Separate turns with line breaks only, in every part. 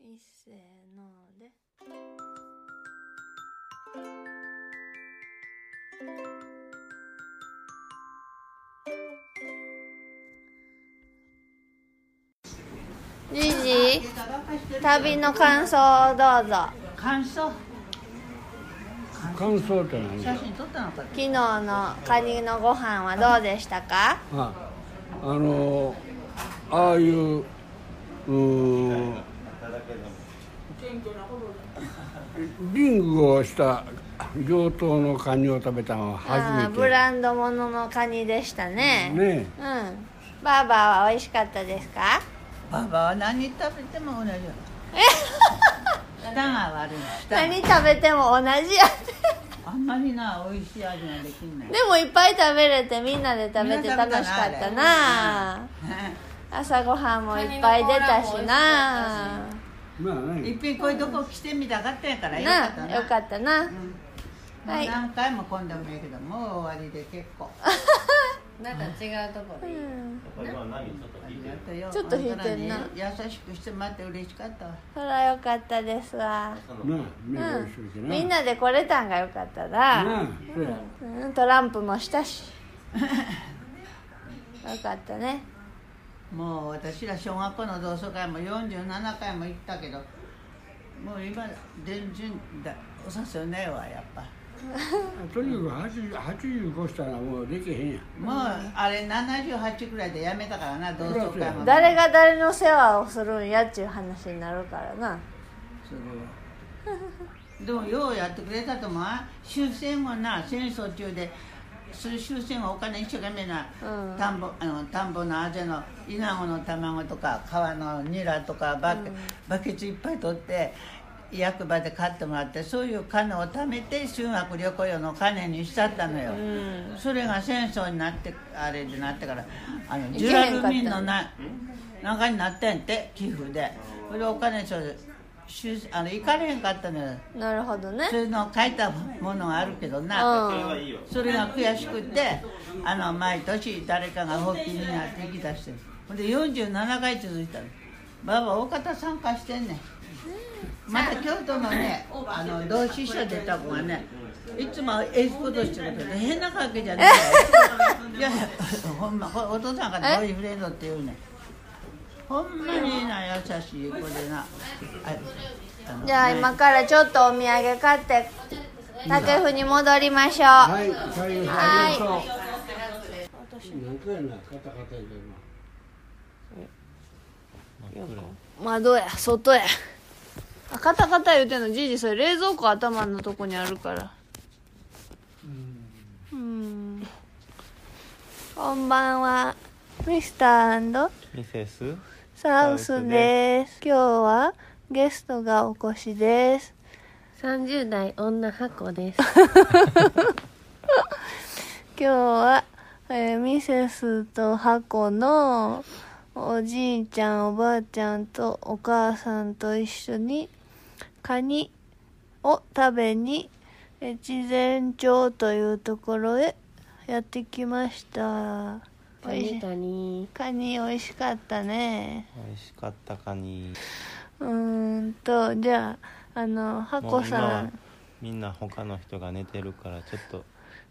いっせのでじいじ旅の感想をどうぞ
感想
感想って何
写真撮ったのか
昨日のカニのご飯はどうでしたか
ああのああいううーんリングをした上等のカニを食べたのは
あ
初
ー
めて
ブランド物のカニでしたね
ね
うんバーバーは美味しかったですか
ババは何食べても同じよ舌が悪い舌
何食べても同じやね
あんまりな美味しい味ができない
でもいっぱい食べれてみんなで食べて
みんな食
楽
べたな
しかったな
ね
朝ごはんもいっぱい出たしな
まあね
一品こういうとこ来てみたかったんやからよかった
な
な
よかったな
うん
はい
何回も今度もいいけどもう終わりで結構
なんか違うところ
う
で
ん
ありがとうよ
ちょっと引いてんな
あたらに優しくしてもらって嬉しかったわ
そらよかったですわ
なあ目
う
が
ん
一緒にしてな
みんなで来れたんがよかったな
なあそうや
うん、トランプもしたしよかったね
もう私ら小学校の同窓会も47回も行ったけどもう今全然だお誘いないわやっぱ
とにかく80 85したらもうできへんやん
もうあれ78ぐらいでやめたからな同窓会も
誰が誰の世話をするんやっちゅう話になるからな
それはでもようやってくれたと思うわ終戦後な戦争中でする終戦後お金一生懸命な、
うん
田んぼあの田んぼのあぜの稲子の卵とか川のニラとかバケ,、バケツいっぱい取って役場で買ってもらってそういう金を貯めて修学旅行用の金にしちゃったのよ、それが戦争になってあれでなってからあの
い
ジュ
けへ
ラ
んかった
ルミンのな中になってんって寄付でそれでお金それしゅあの行かれへんかったのよ
なるほどね
そういうの書いたものがあるけどな、
うん
それが悔しくてあの毎年誰かが発起になってきだしてるほんで47回続いたのばば大方参加してんねんまた京都のねあの同志社出た子がねいつもエスコートしてるけど変な関係じゃないいやいやほんまこれお父さんからボーイフレンドって言うねんほんまにな優しい子でなあの
じゃあ今からちょっとお土産買って竹府に戻りましょう、
はいさようありがとう何回なカタカタ言うの
窓や外やあカタカタ言うてんのじいじそれ冷蔵庫頭のとこにあるからうんこんばんはミスター
ミセス
サウスです今日はゲストがお越しです
30代女箱です
今日は、えーミセスとハコのおじいちゃんおばあちゃんとお母さんと一緒にカニを食べに越前町というところへやってきました
カニカニ
カニ美味しかったね
美味しかったかに
うーんとじゃああのハ
も
コ
う今
さ
は
ん
みんな他の人が寝てるからちょっと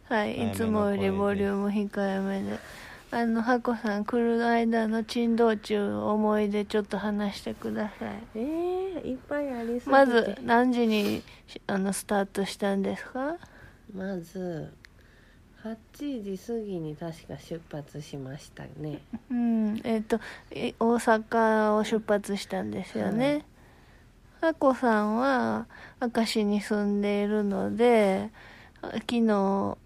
はい、いつ
早めの
もよ
声
り
で
ボリューム控えめで。あの、ハコさん、来る間の珍道中、思い出ちょっと話してください。
えー、いっぱいありすぎて
まず、何時に、しあの、スタートしたんですか
まず8時過ぎに確か出発しましたね
うん、えっ、と、い大阪を出発したんですよね。ハコさんは、明石に住んでいるので、あ昨日、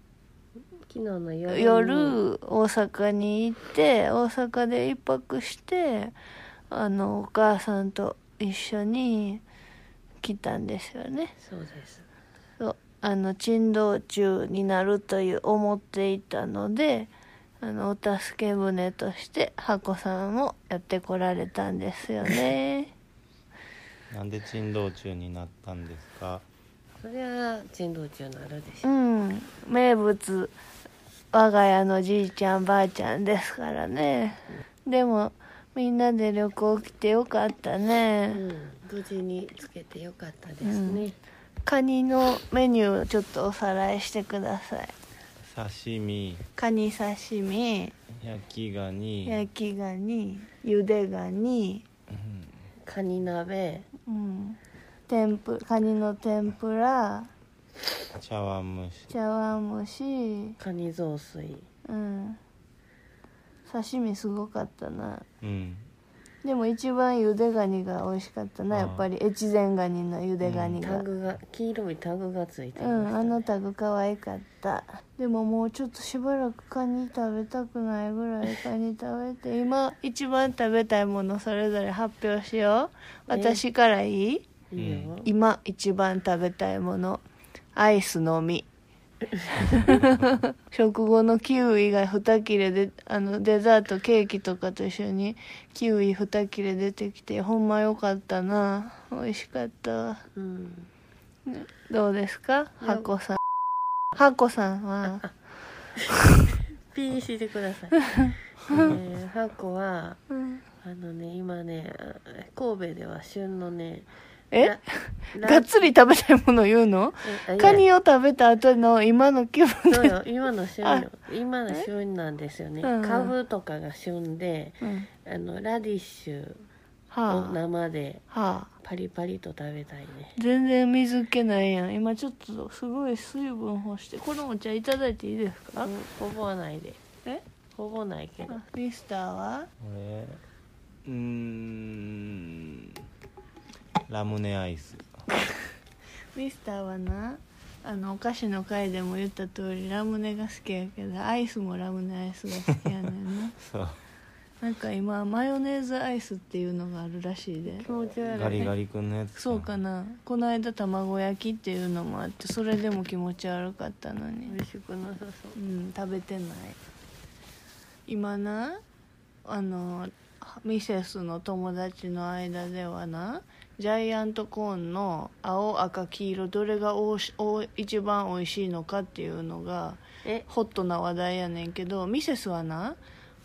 昨日の夜に
夜大阪に行って大阪で一泊してあのお母さんと一緒に来たんですよね
そうです
そうあの珍道中になるという思っていたのであのお助け船として箱さんもやってこられたんですよね
なんで珍道中になったんですか
そりゃ珍道中なるでし
う
ょ、
ん名物我が家のじいちゃんばあちゃんですからねでもみんなで旅行来てよかったね、
うん、無事につけてよかったですね、
カニのメニューをちょっとおさらいしてください
刺身
カニ刺身
焼きガニ
焼きガニゆでガニ、
カニ鍋
うん、天ぷカニの天ぷら
茶碗蒸し
茶碗蒸し、
カニ雑炊
うん、刺身すごかったな
うん
でも一番ゆでガニが美味しかったな
あー
やっぱり越前ガニのゆでガニが、
タグが黄色いタグがついて
う
まし
ん、
た、
あ
ね
のタグ可愛かったでももうちょっとしばらくカニ食べたくないぐらいカニ食べて今一番食べたいものそれぞれ発表しよう私からいい
いいよ、
今一番食べたいものアイスのみ 食後のキウイが2切れであのデザートケーキとかと一緒にキウイ2切れ出てきてほんまよかったな美味しかったわ
うん、
どうですかハコさんハコさんは
ピーしてくださいえー、ハコは
うん
あのね今ね神戸では旬のね
え
ラ
がっつり食べたいもの言うの
えあいや
カニを食べた後の今の気分
そう
で、
よ今の旬
あ
よ今の旬なんですよね、
うん
カブとかが旬で
うん
あのラディッシュを
は
生で
あはあ
パリパリと食べたいね
全然水気ないやん今ちょっとすごい水分干してこのお茶いただいていいですか、
うんほぼはないで
え
ほぼないけど
あミスターは
俺うーんラムネアイス
ミスターはなあのお菓子の回でも言った通りラムネが好きやけどアイスもラムネアイスが好きやねんな
そう
なんか今マヨネーズアイスっていうのがあるらしいで
気持ち悪い
ガリガリ君のやつ
そうかなこの間卵焼きっていうのもあってそれでも気持ち悪かったのに
美味しくなさそう
うん食べてない今なあのミセスの友達の間ではなジャイアントコーンの青赤黄色どれがおしお一番美味しいのかっていうのが
え
ホットな話題やねんけどミセスはな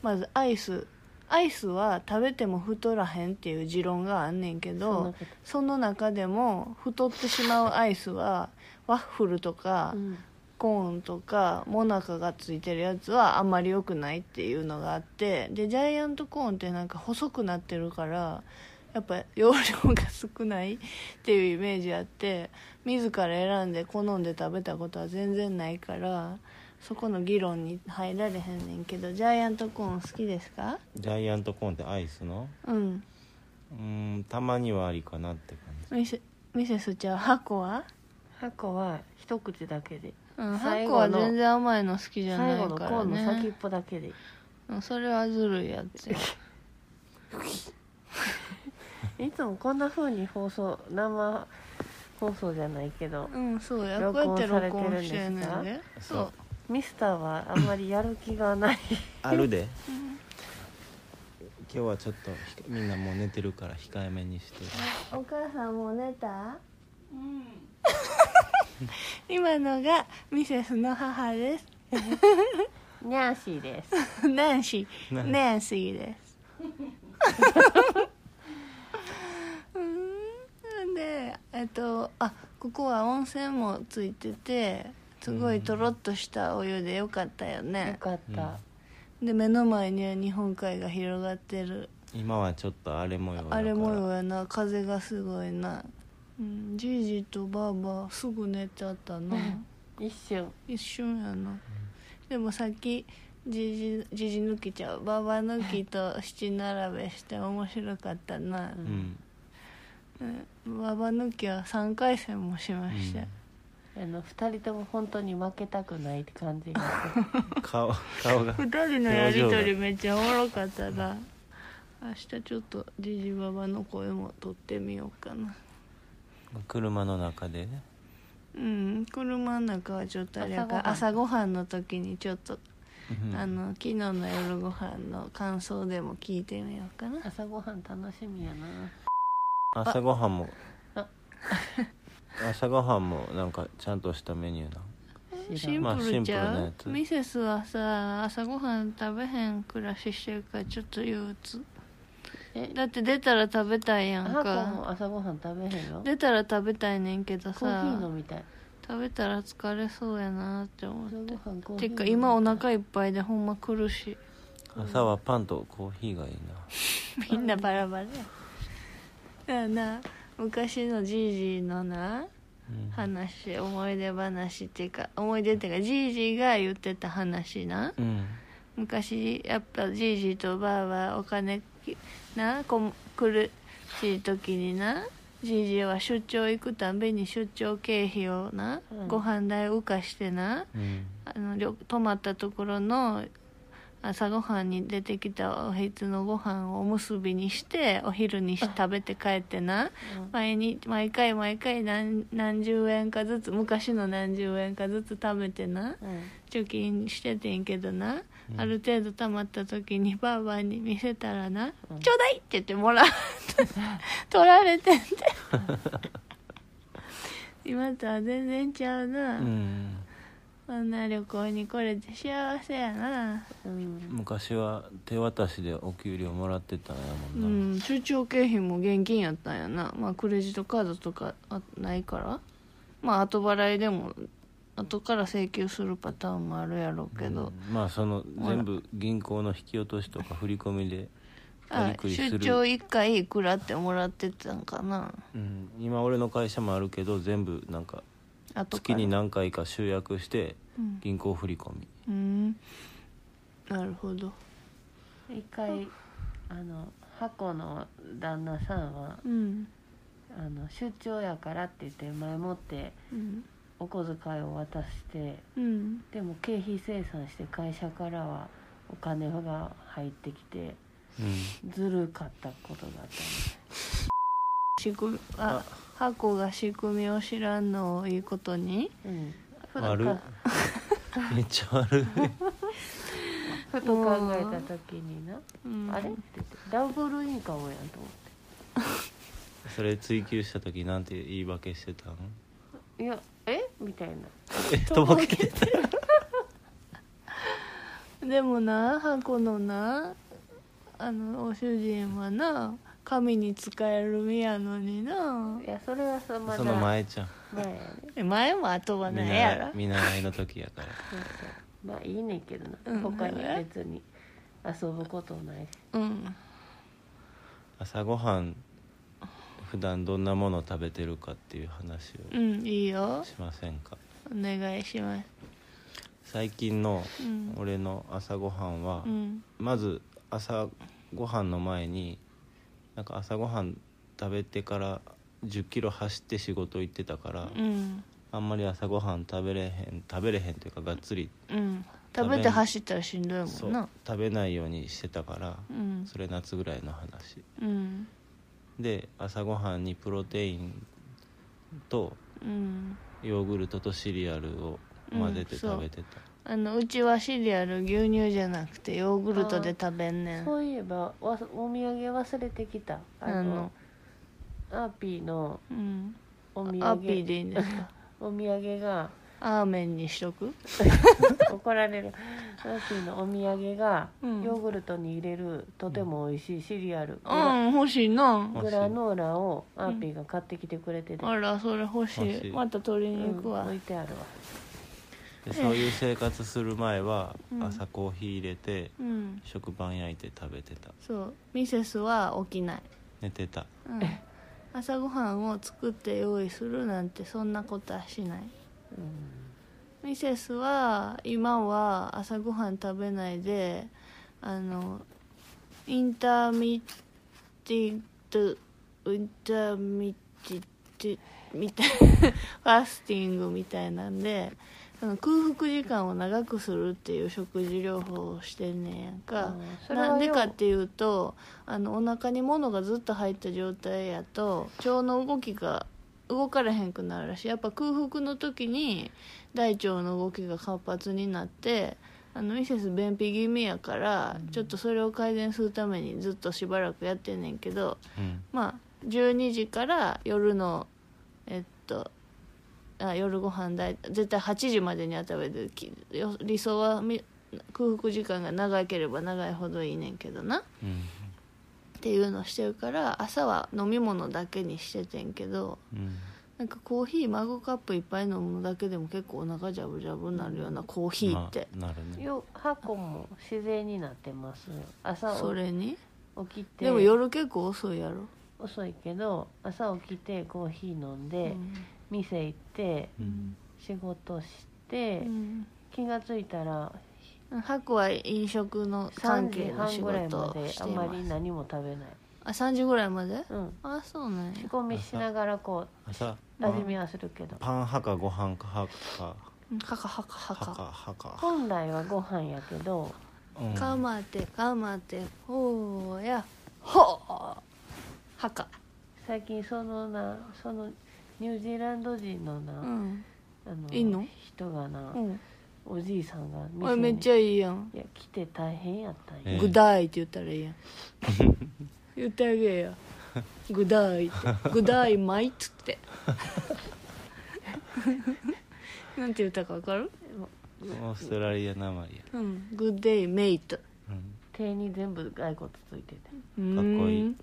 まずアイスアイスは食べても太らへんっていう持論があんねんけ
そんな
ど
こと
その中でも太ってしまうアイスはワッフルとか、
うん
コーンとかモナカがついてるやつはあんまり良くないっていうのがあってでジャイアントコーンってなんか細くなってるからやっぱ容量が少ないっていうイメージあって自ら選んで好んで食べたことは全然ないからそこの議論に入られへんねんけどジャイアントコーン好きですか
ジャイアントコーンってアイスの
うん
うーんたまにはありかなって感じ
ミセミセスちゃん箱は
箱は一口だけで
うん、
最
箱
後
は
の
全然甘いの好きじゃない
最
か
後
ら、ね
の、コーンの先っぽだけで
うんそれはずるいやつや
いつもこんな風に放送生放送じゃないけど
うんそうやこ
録
うやっ
音
て
され
録
てるん
音
ですか
してんねんで
そ
そう
う
ミスターはあんまりやる気が ない
あるで今日はちょっとひみんなもう寝てるから控えめにして
お母さんもう寝たうん今のがミセスの母です
ニャーシーです
ナンシー
ナン
ナンシーですうんでえっとあここは温泉もついててすごいとろっとしたお湯でよかったよ
よ
ね、
かった、
で目の前には日本海が広がってる
今はちょっと荒れ模様だから
あれ模様やな風がすごいな、うん、じいじとばあばすぐ寝ちゃったな
一瞬
一瞬やなでもさっきじいじじいじ抜きちゃうばあば抜きと七並べして面白かったな
う、ん
うん、ばあば抜きは3回戦もしました、
あの2人とも本当に負けたくないって感じが
顔顔が
二人のやりとりめっちゃおもろかったな明日ちょっとじじばばの声も撮ってみようかな
車の中でね
うん車の中はちょっとあれやから朝
朝
ごはんの時にちょっと
うん
あの昨日の夜ご飯の感想でも聞いてみようかな
朝ごはん楽しみやな
朝ごはんも
あ
朝ごはんもなんかちゃんとしたメニューな
シ
知
ン
らん
まあ
プルちゃ
シンプルな
う
や、つ
ミセスはさ朝ごはん食べへん暮らししてるからちょっと憂鬱えだって出たら食べたいやん
あはこ
か
も朝ごはん食べへんの
出たら食べたいねんけど
コーヒー
さ
飲みたい
食べたら疲れそうやなって思っ
朝
て
ごはんコーヒ
て
ー
か今お腹いっぱいでほんま苦しい
朝はパンとコーヒーがいいな
みんなバラバラやだからな昔のじいじのな
うん
話思い出話っていうか思い出っていうかじいじが言ってた話な
うん
昔やっぱじいじとばあばお金きなこ苦しい時になじいじは出張行くたんびに出張経費をな、
うん
ご飯代浮かしてな
うん
あの旅泊まったところの朝ごはんに出てきたおひつのご飯をおむすびにしてお昼にし食べて帰ってな毎日毎回毎回何何十円かずつ昔の何十円かずつ食べてな
うんうん
貯金しててんけどな、ある程度貯まった時にばあばに見せたらな「
うん
ちょうだい!」って言ってもらう取られてんて今とは全然ちゃうな、
うん
こんな旅行に来れて幸せやな
うん
昔は手渡しでお給料もらってたんや
う
もんな、
ん出張経費も現金やったんやなまあクレジットカードとかあないからまあ後払いでも後から請求するパターンもあるやろうけど、
うんまあその全部銀行の引き落としとか振り込みでや
あ
りくりす
出
る
張1回いくらってもらってたんかな
うん、今俺の会社もあるけど全部なんか
後か
月
ら
に何回か集約して
うん
銀行振り込み
うんなるほど
一回あの箱の旦那さんは
うん
あの出張やからって言って前もって
うん
お小遣いを渡して
うん
でも経費精算して会社からはお金が入ってきてずるかったことがあった
仕組みあ箱が仕組みを知らんのをいいことに
のうんふ
うん、悪
と
いめっちゃ悪い
ふと考えた時にな「
うん
あれ?」って言ってダブルインカムやんと思っ
それ追求した時なんて言い訳して たん
て「いやえみたいな
えとぼけてた
でもな箱のなあのお主人はな神に仕える身やのにない
やそれはさまだ
その前ちゃん
前やね
え前も後は
見
ないや
習い
ろ
見習いの時やから
そうそうまあいいねんけどな、
うん
他に別に遊ぶことないし
うん
朝ごはん普段どんなもの食べてるかっていう話
うんいいよ
をしませんか
お願いします
最近の
うん
俺の朝ごはんは、
うん
まず朝ごはんの前になんか朝ごはん食べてから1 0キロ走って仕事行ってたから、
うん
あんまり朝ごはん食べれへん食べれへんというかがっつり、
うん食べて走ったらしんどいも
そ
ん
う
な
食べないようにしてたから、
うん
それ夏ぐらいの話
うん
で朝ごはんにプロテインと
うん
ヨーグルトとシリアルを混ぜ
う
て
んそう
食べてた、
あのうちはシリアル牛乳じゃなくてヨーグルトで食べんねん
そういえばわすお土産忘れてきたあの
あの
アーピーの
うん
お土産
アーピーでいいんです か
お土 産が
アーメンにしとく
怒られるアーピーのお土産が、
うん
ヨーグルトに入れるとても美味しいシリアル、
うん欲しいな
欲しい
グラノーラをアーピーが買ってきてくれてて、
あらそれ欲しい
欲しい
また取り
う
に
ん
行くわ、
置いてあるわ
でそういう生活する前は
うん
朝コーヒー入れて、
うん
食パン焼いて食べてた
そうミセスは起きない、
寝てた
うん、朝ごはんを作って用意するなんてそんなことはしないミセスは今は朝ごはん食べないであのインターミティットインターミティットみ たいなファスティングみたいなんでその空腹時間を長くするっていう食事療法をしてんねんやん
う
か
ん、それはよ
なんでかっていうとあのお腹に物がずっと入った状態やと腸の動きが動かれへんくなるしやっぱ空腹の時に大腸の動きが活発になってあのミセス便秘気味やから、ちょっとそれを改善するためにずっとしばらくやってんねんけど
うん
まあ12時から夜のえっとあ夜ご飯だい絶対8時までには食べるきよ理想はみ空腹時間が長ければ長いほどいいねんけどな
うん
っていうのしてるから朝は飲み物だけにしててんけど
うん
なんかコーヒーマグカップいっぱい飲むだけでも結構お腹ジャブジャブになるようなコーヒーって、
まあなるね
よ箱も自然になってますよ朝
それに
起きて
でも夜結構遅いやろ、
遅いけど朝起きてコーヒー飲んで、店行って
うん
仕事して、
うん
気がついたら
箱は飲食の関
3
係
時
の
半
仕
ぐらい
事
ま
を
で
し
あ
てい
ま
ま
り
す
何も食べない、
あ3時ぐらいまで
うん、
あそうなんや
仕込みしながらこ
朝
う味見はするけど
パン派かご飯派か
うんはかはか
派
はか
か派か
本来はご飯やけど
うん
かまてかまてほうやほうはか
最近そのなそのニュージーランド人のな、
うん
あの
いいの
人がな、
うん
おじいさんが
あめっち
ゃ
ゃいいやん
いや来て大変やったんや、
ええ
グダイって言ったらい いやん言ってあげやグダイってグダイマイっつって なんて言ったかわかる
オーストラリアなまりや、
うんグデイメイト
うん
手に全部骸骨ついてて、
うーん
かっこいい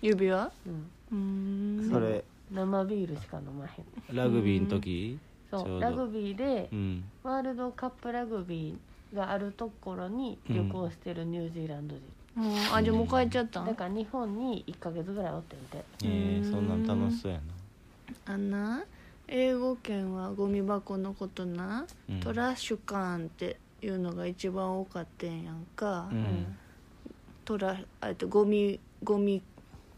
指輪
うん、
うーん
それ
生ビールしか飲まへん
ラグビーの時ち
そ
ょ
う
うど
ラグビーで、
うん
ワールドカップラグビーがあるところに旅行してるニュージーランド人、
うんあじゃあもう帰っちゃったん
だから日本に1ヶ月ぐらいおってんて
えーそんなん楽しそうやな
あんな英語圏はゴミ箱のことな、
うん
トラッシュカーンっていうのが一番多かってんやんか、
うん
トラあえっとゴミゴミ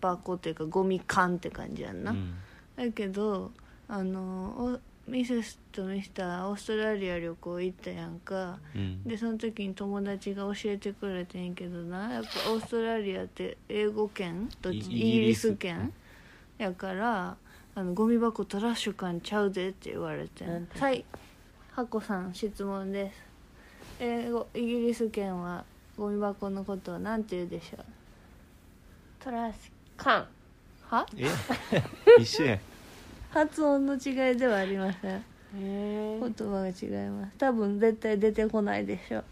箱っていうかゴミ缶って感じやんな、
うん
だけどあのおミセスとミスターオーストラリア旅行行ったやんか
うん
でその時に友達が教えてくれてんけどなやっぱオーストラリアって英語圏どっ
イ
ちイ
イギ
ギ
リ
リ
ス
ス圏やからあのゴミ箱トラッシュ缶ちゃうでって言われてん
なんて
はいハコさん質問です英語イギリス圏はゴミ箱のことをなんて言うでしょう
トラッシュカン
は
え 一緒やん
発音の違いではありません言
へ
葉が違います多分絶対出てこないでしょう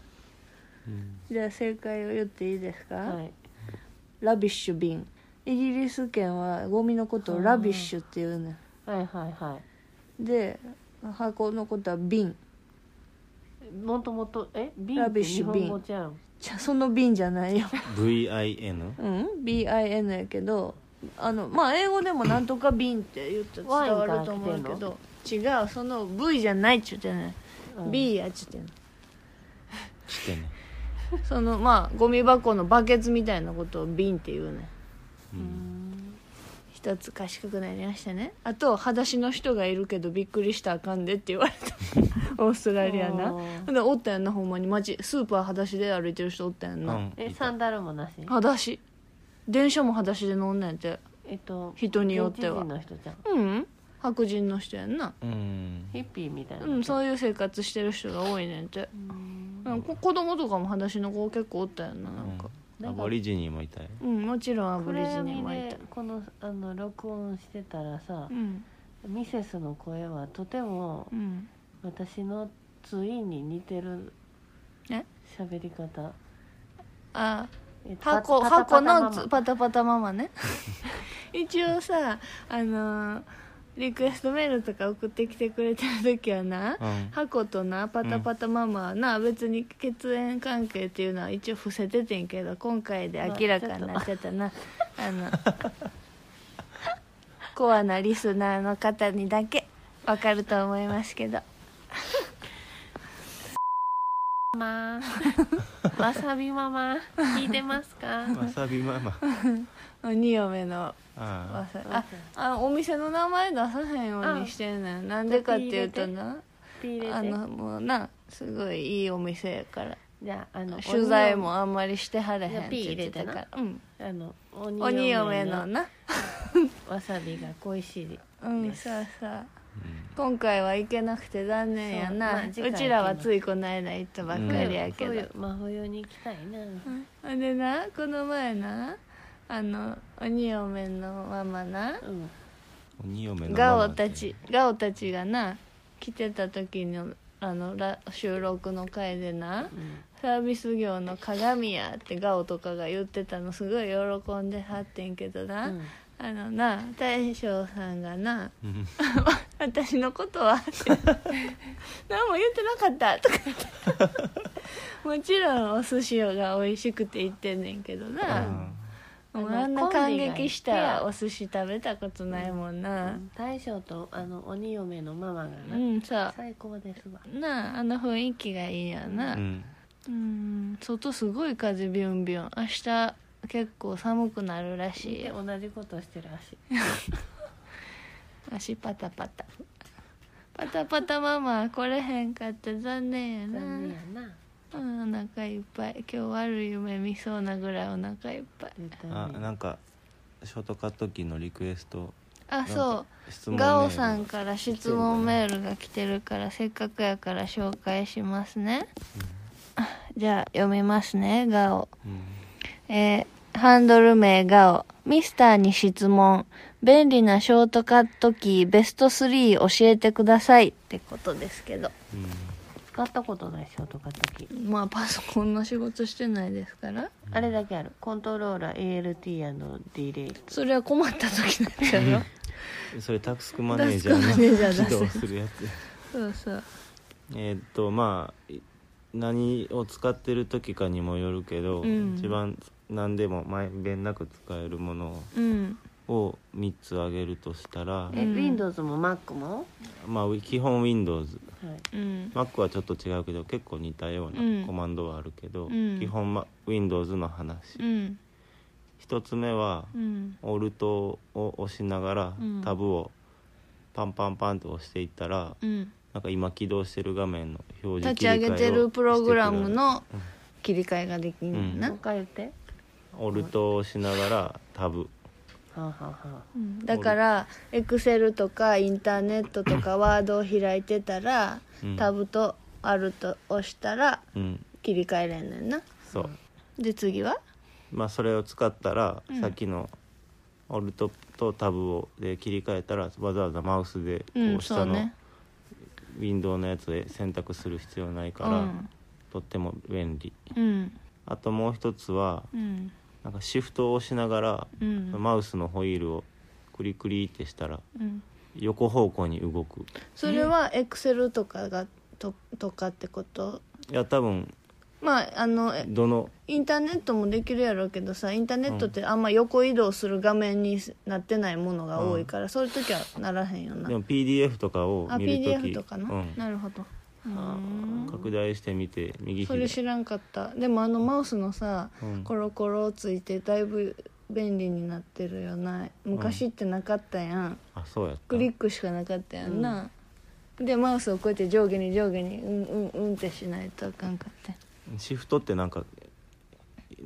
うん
じゃあ正解を言っていいですか、
はい
ラビッシュ瓶イギリス圏はゴミのことをラビッシュっていうね
はいはいは
で箱のことは瓶
いもともとえ瓶
ラ
っ
ビ
て
ッシ
日
ュ
本語じゃん
じゃあその瓶じゃない よ
VIN
うん BIN やけどあのまあ英語でもなんとか瓶って言って伝わると思うけど違うその V じゃないっちゅうてね、
うん
B やっちゅうてね
してね
そのまあゴミ箱のバケツみたいなことを瓶って言うね
うん
一つ賢くなりましたねあと裸足の人がいるけどびっくりしたらあかんでって言われ たオーストラリアな
おー
ほんでおったやんなほんまに街スーパー裸足で歩いてる人おったやんな、
うん
え
い
サ
た
ンダルもなし
裸足電車も裸足で乗んねんて
えっと
人によっては
現地人の人じゃん
ううん白人の人やんな
うん
ヒッピーみたいな
うんそういう生活してる人が多いねんて、うん、こ子供とかも裸足の子結構おったやんななんか
うんアボリジニもいたよ
うん、もちろんアブ
暗
リジニ
闇
もいた
でこのあの録音してたらさ
う、ん
ミセスの声はとても
うん
私のツインに似てる
え
喋り方
あ
えっと
箱
パタ
箱
パ
の
タマ
つ
マ
パタパタママね 一応さあのーリクエストメールとか送ってきてくれてる時は
う
な、
ん
箱となパタパタママはな、別に血縁関係っていうのは一応伏せててんけど今回で明らかになっちゃったな、あのコアなリスナーの方にだけわかると思いますけど
ママわさびママ聞いてますか
わさびママ
鬼嫁のわ
あ
さああお店の名前出さへんようにしてんねんなんでかっていうとな
ピー入れて
あのもうなすごいいいお店やから
じゃああの
取材もあんまりしてはれへんって
いや
言ってたからうん
鬼あの鬼
鬼嫁
嫁
の
の
な
わさびが恋しいで
うんそうそう今回は行けなくて残念やな、
そうまあ次
う
回
ちらはついこの間行ったばっかりやけど、
冬真冬に行きたいな、
ほんでなこの前なあの鬼嫁のママな
うん
鬼嫁のママ
ガオたちガオたちがな来てた時のあのラ収録の回でな、サービス業の鏡やってガオとかが言ってたのすごい喜んではってんけどな、
うん
あのな大将さんがな
うん
「 私のことは」って 「何も言ってなかった」とか言って もちろんお寿司が美味しくて言ってんねんけどな、もうあんな感激したお寿司食べたことないもんな
大将とあの鬼嫁のママが
う
な、
んさ
最高ですわ
なああの雰囲気がいいや
う
な、
ん
うん外すごい風ビュンビュン明日結構寒くなるらしい
で
よ
同じことしてる足
足パタパタパタパタママ来れへんかって残念やな
残念やな
うんお腹いっぱい今日悪い夢見そうなぐらいお腹いっぱい
絶対
あ
に
なんかショートカット機のリクエスト
あそ
質
う
問
ガオさん
か
から質問メールが来てるからせっかくやから紹介しますね、 じゃあ読みますねガオえーハンドル名ガオ。ミスターに質問。便利なショートカットキーベスト3教えてくださいってことですけど。
使ったことないショートカット機
まあパソコンの仕事してないですから。
あれだけあるコントローラー ALT& ディレイ
それは困った時になっちゃうよ。
それタクスクマネージャ
タクスクマネージャ
ー
ー
の
だ
指導するやつ
そうそう。
えーっとまあい何を使ってる時かにもよるけど、
うん
一番何でもまんべんなく使えるもの
うん。
を3つ挙げるとしたら、
え、
うん
Windows も Mac も、
まあ、基本 WindowsMac
は
う
い、
ん。
はちょっと違うけど結構似たよう
うん
なコマンドはあるけど、
うん
基本、ま、Windows の話、
うん。
一つ目は、
うん。
オルトを押しながら、
うん
タブをパンパンパンと押していったら、
うん。
なんか今起動してる画面の表
立
示切り替
ち上
えを
げてるプログラムの
うん
切り替えができん
な
な
もう一。回言って
オルトをしながらタブ
はあ、はあは
うんだからエクセルとかインターネットとかワードを開いてたら、
うん
タブとアルト押したら
うん
切り替えれんねんな
そう
で次は
まあそれを使ったら、
うん
さっきのオルトとタブをで切り替えたらわざわざマウスでこ
うん
う
そう
下の
ね
ウィンドウのやつで選択する必要ないから、
うん
とっても便利
うん
あともう一つは
うん
なんかシフトを押しながら、
うん
マウスのホイールをクリクリってしたら
うん
横方向に動く
それはエクセルとかがととかってこと
いや多分
まああのえ
どの
インターネットもできるやろうけどさインターネットってあんま横移動する画面になってないものが多いから、そういう時はならへんよな
でも PDF とかを
あ
見るとき
PDF とかな、
うん
なるほど
拡大してみて右
それ
左
知らんかったでもあのマウスのさ、
うん
コロコロついてだいぶ便利になってるよな昔ってなかったやん、
あそうやった
クリックしかなかったやんな、でマウスをこうやって上下に上下にうんうんうんってしないとあかんかった
シフトってなんか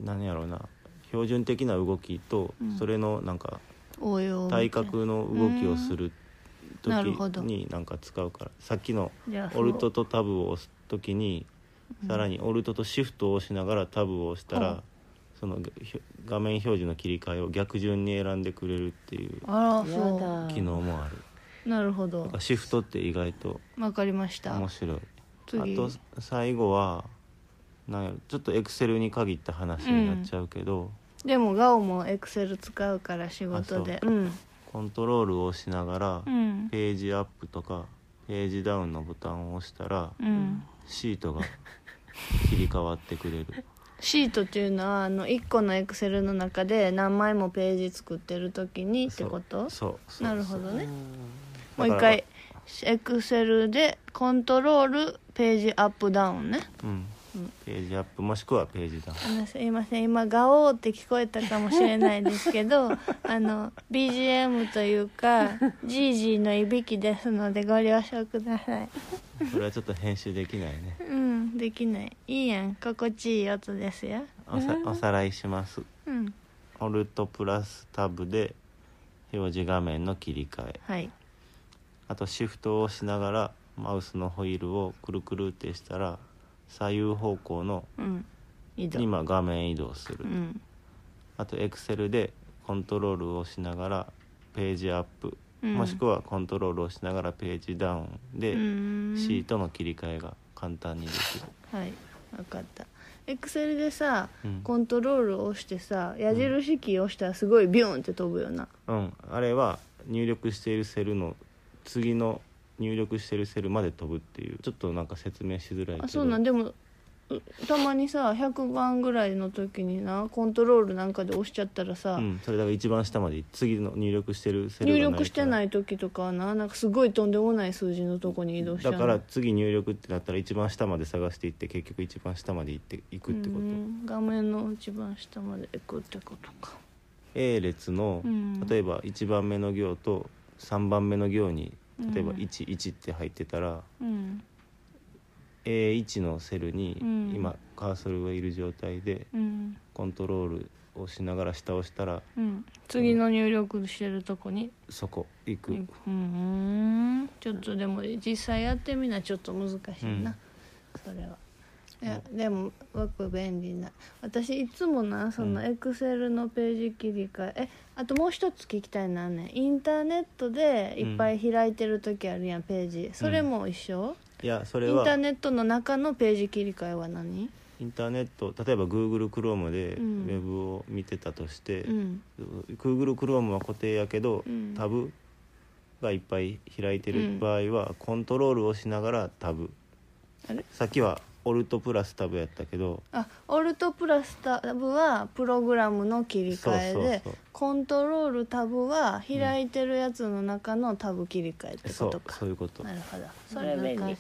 何やろうな標準的な動きと、それのなんか
応用
対角の動きをする
うんなるほど
時になんか使うからさっきの
じゃあそ
オ
の
ルトとタブを押す時にさらにオルトとシフトを押しながらタブを押したら、
うん
そのひょ画面表示の切り替えを逆順に選んでくれるっていう
あら
あ、や
そ
だ
機能もある
うなるほ
だ
ど
からシフトって意外と
わかりました
面白い
次
あと最後はなんやろちょっとエクセルに限った話になっちゃうけど、
でもガオもエクセル使うから仕事で
あそ
うん
コントロールを押しながら、
うん
ページアップとかページダウンのボタンを押したら、
うん
シートが切り替わってくれる
シートっていうのはあの1個のエクセルの中で何枚もページ作ってる時にってこと
そうそうそう
なるほどねも
そうう
一回エクセルでコントロールページアップダウンね
うん、ページアップもしくはページダウン
あのすいません今「ガオー」って聞こえたかもしれないですけ どあの BGM というかジージーのいびきですのでご了承ください
それはちょっと編集できないね
うんできないいいやん心地いい音ですよ
おさおさらいします
うん
オルトプラスタブで表示画面の切り替え
はい
あとシフトを押しながらマウスのホイールをくるくるってしたら左右方向の
うん移動
今画面移動する、
うん
あと Excel でコントロールを押しながらページアップ、
うん
もしくはコントロールを押しながらページダウン
う
で
ーん
シートの切り替えが簡単にできる、
はい分かったエクセルでさ、
うん
コントロールを押してさ矢印キーを押したらすごいビューンって飛ぶよな、
うん、あれは入力しているセルの次の入力しているセルまで飛ぶっていうちょっとなんか説明しづらいけど
あそうなんでもうたまにさ100番ぐらいの時になコントロールなんかで押しちゃったらさ、
うん、それだから一番下まで次の入力してるセル
入力してないい時とかはななんかすごいとんでもない数字のとこに移動しちゃう
だから次入力ってなったら一番下まで探していって結局一番下まで行っていくってこと、
うん画面の一番下まで行くってことか
A 列の、
うん
例えば1番目の行と3番目の行に例えば
うん
11って入ってたら、
うん
A1 のセルに
うん
今カーソルがいる状態で
うん
コントロールをしながら下をしたら
うん次の入力してるとこに
そこ行く、
うんうんちょっとでも実際やってみなちょっと難しいな、
うん
それはいやでも僕便利な私いつもなその
うん
エクセルのページ切り替え、えあともう一つ聞きたいのはねインターネットでいっぱい開いてる時あるやん、ページそれも一緒、
いやそれ
イン
は
ターネットの中のページ切り替えは何
インターネット例えば Google Chrome でウ
うん
ェブを見てたとして、
うん
Google Chrome は固定やけど、
うん
タブがいっぱい開いて
う
る
ん
場合は、コントロールをしながらタブ
あれ
さっきは Alt プラスタブやったけど
あオルトプラスタブはプログラムの切り替えで
そうそうそう
コントロールタブは開いてるやつの中のタブ切り替えって
そ
こと
う
か、
そういうこと
なるほどそれ便利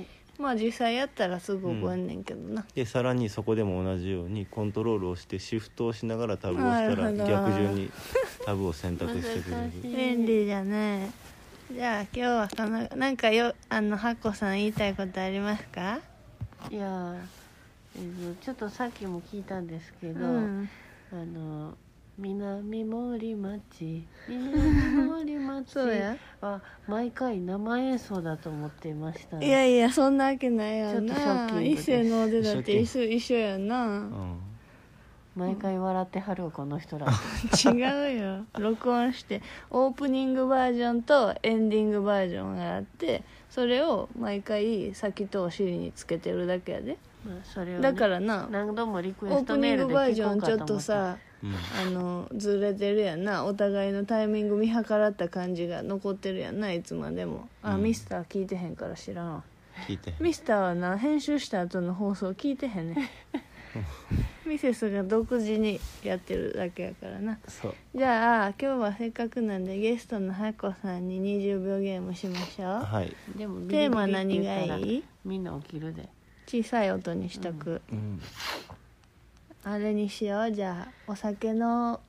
利
まあ実際やったらすぐ覚えんねんけどな、
でさらにそこでも同じようにコントロールをしてシフトをしながらタブをした
な
ら
るほど
逆順にタブを選択して くれる
難しい
便利だねじゃあ今日はこのなんかよあのハッコさん言いたいことありますか
いやー、えーとちょっとさっきも聞いたんですけ
う
ど、
ん
あの南森 町南森町
そうや
は毎回生演奏だと思っていました
いやいやそんなわけないやん
ちょっとショッ
な
キングで
一
す
世の出だって一緒一緒やな
うん
毎回笑ってはるこの人ら
違うよ録音してオープニングバージョンとエンディングバージョンがあってそれを毎回先とお尻につけてるだけやで
まあそれをね、
だからな
何度もリクエ
オー
スト
プ
メ
ニ
ー
ン
ル
グ
で
バージ
聞こ
ョ
う
ン
か
ちょ
と思
っ
った
とさ
うん
あのずれてるやんなお互いのタイミング見計らった感じが残ってるやんないつまでもあ、
うん
ミスター聞いてへんから知らんわ
聞いて
ミスターはな編集した後の放送聞いてへ んねミセスが独自にやってるだけやからな
そう
じゃあ今日はせっかくなんでゲストのハコさんに20秒ゲームしましょう
はい、
でもビリビリ
テーマ何
って
が
言ったら
いい
みんな起きるで
小さい音にしとく、
うん、
あれにしようじゃあお酒の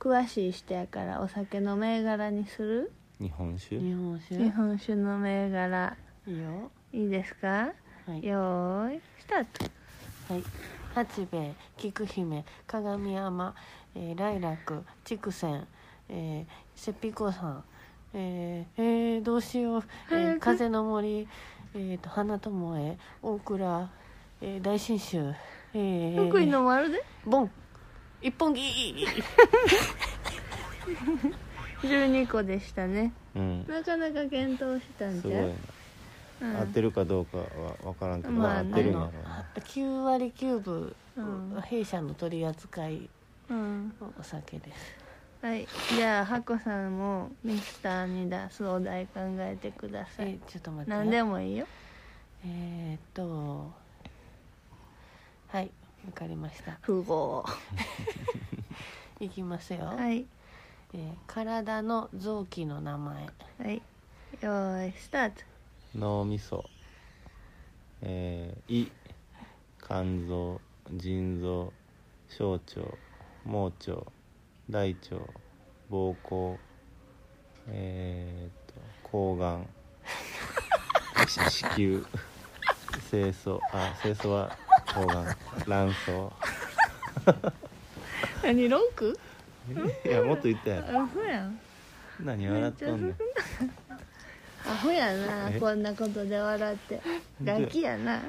詳しい人やからお酒の銘柄にする
日本酒
日本酒
日本酒の銘柄
いいよ
いいですか
はい
よーいスタート
はい、八兵衛菊姫鏡山、えー、ライラク筑前、えー、せっぴこさん、えーえーどうしよう、えー
早く
風の森、えー、と花友恵大倉、えー、大信州、えー
福井の丸で
ボン一本木
12個でしたね
うん
なかなか検討したん
す
じ
ごい
ゃ
な
う、うん
合ってるかどうかは分からんけど、
まあ
合っ
ね
てるんやろう
あ
な
9割9分、
うん
弊社の取り扱い
うん
のお酒です
はいじゃあハコさんもミスターに出すお題考えてください、
えーちょっと待って
何でもいいよ
えー、っとはいわかりました
符号
いきますよ、
はい
えー体の臓器の名前
はいよーいスタート
脳みそえー胃肝臓腎臓小腸盲腸大腸膀胱えー、っと睾丸子宮清楚あ清楚は睾丸卵
何ロック
巣いやもっと言ったやろ
アホやん
何笑っとんねん
アホやな
え
こんなことで笑ってガキやな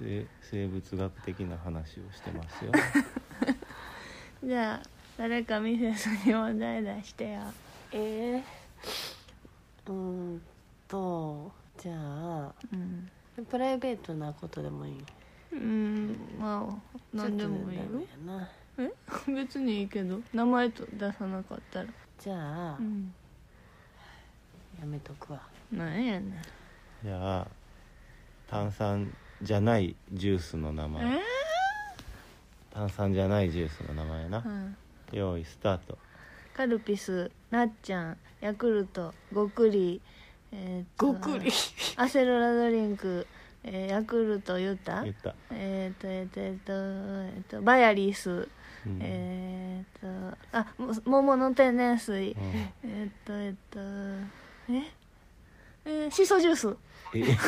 生生物学的な話をしてますよ
じゃあ誰かミセスに問題出してよ
えー、うーんとじゃあ
うん
プライベートなことでもいいよ
ううんまあ何でもいいよ
ちょっとダメやな
え別にいいけど名前と出さなかったら
じゃあ、
うん
やめとくわ
なんやねん
じゃあ炭酸じゃないジュースの名
え
前炭酸じゃないジュースの名前やな
ーうん
用意スタート
カルピスなっちゃんヤクルトごくりえーっと
ごくり
アセロラドリンク、えーヤクルトユタ
言った、
えーっとえーっとえーっとえーっとバヤリス
うん
えーっとあも桃の天然水
うん
えーっとえーっとええーシソジュース
え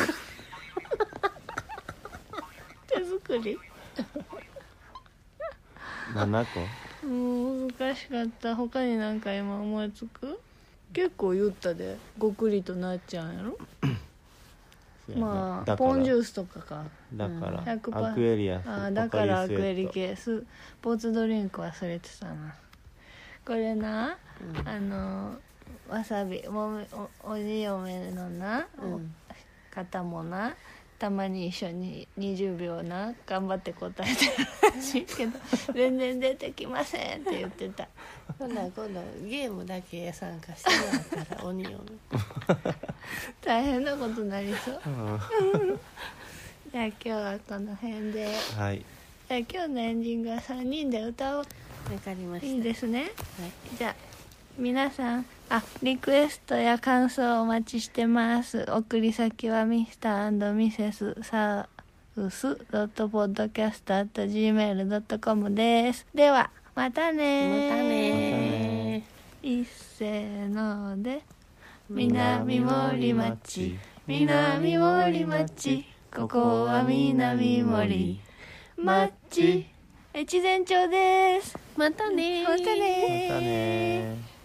手作り
7個
もう難しかった他になんか今思いつく結構言ったでごくりとなっちゃんやろ
そうやな
まあ
だから
ポンジュースとかか
だから、
100%
アクエリアス
ああだからアクエリ
ポカリスエッ
系スポーツドリンク忘れてたなこれな、あのわさびもめおおじい嫁のな、
うん
方もなたまに一緒に20秒な頑張って答えてるらしいけど「全然出てきません」って言ってた
ほな今度ゲームだけ参加してもらったら鬼を
大変なことになりそう
トうん
じゃあ今日はこの辺で
はい
じゃあ今日のエンディングは3人で歌おう
わかりました
いいですね
はい
じゃあ皆さんあリクエストや感想お待ちしてます送り先は Mr.&Mrs.Saus.podcast.gmail.com ですではまたね
また
ね
ね
いっせーので南森町南森町ここは南森町越前町です
またね
またね
またね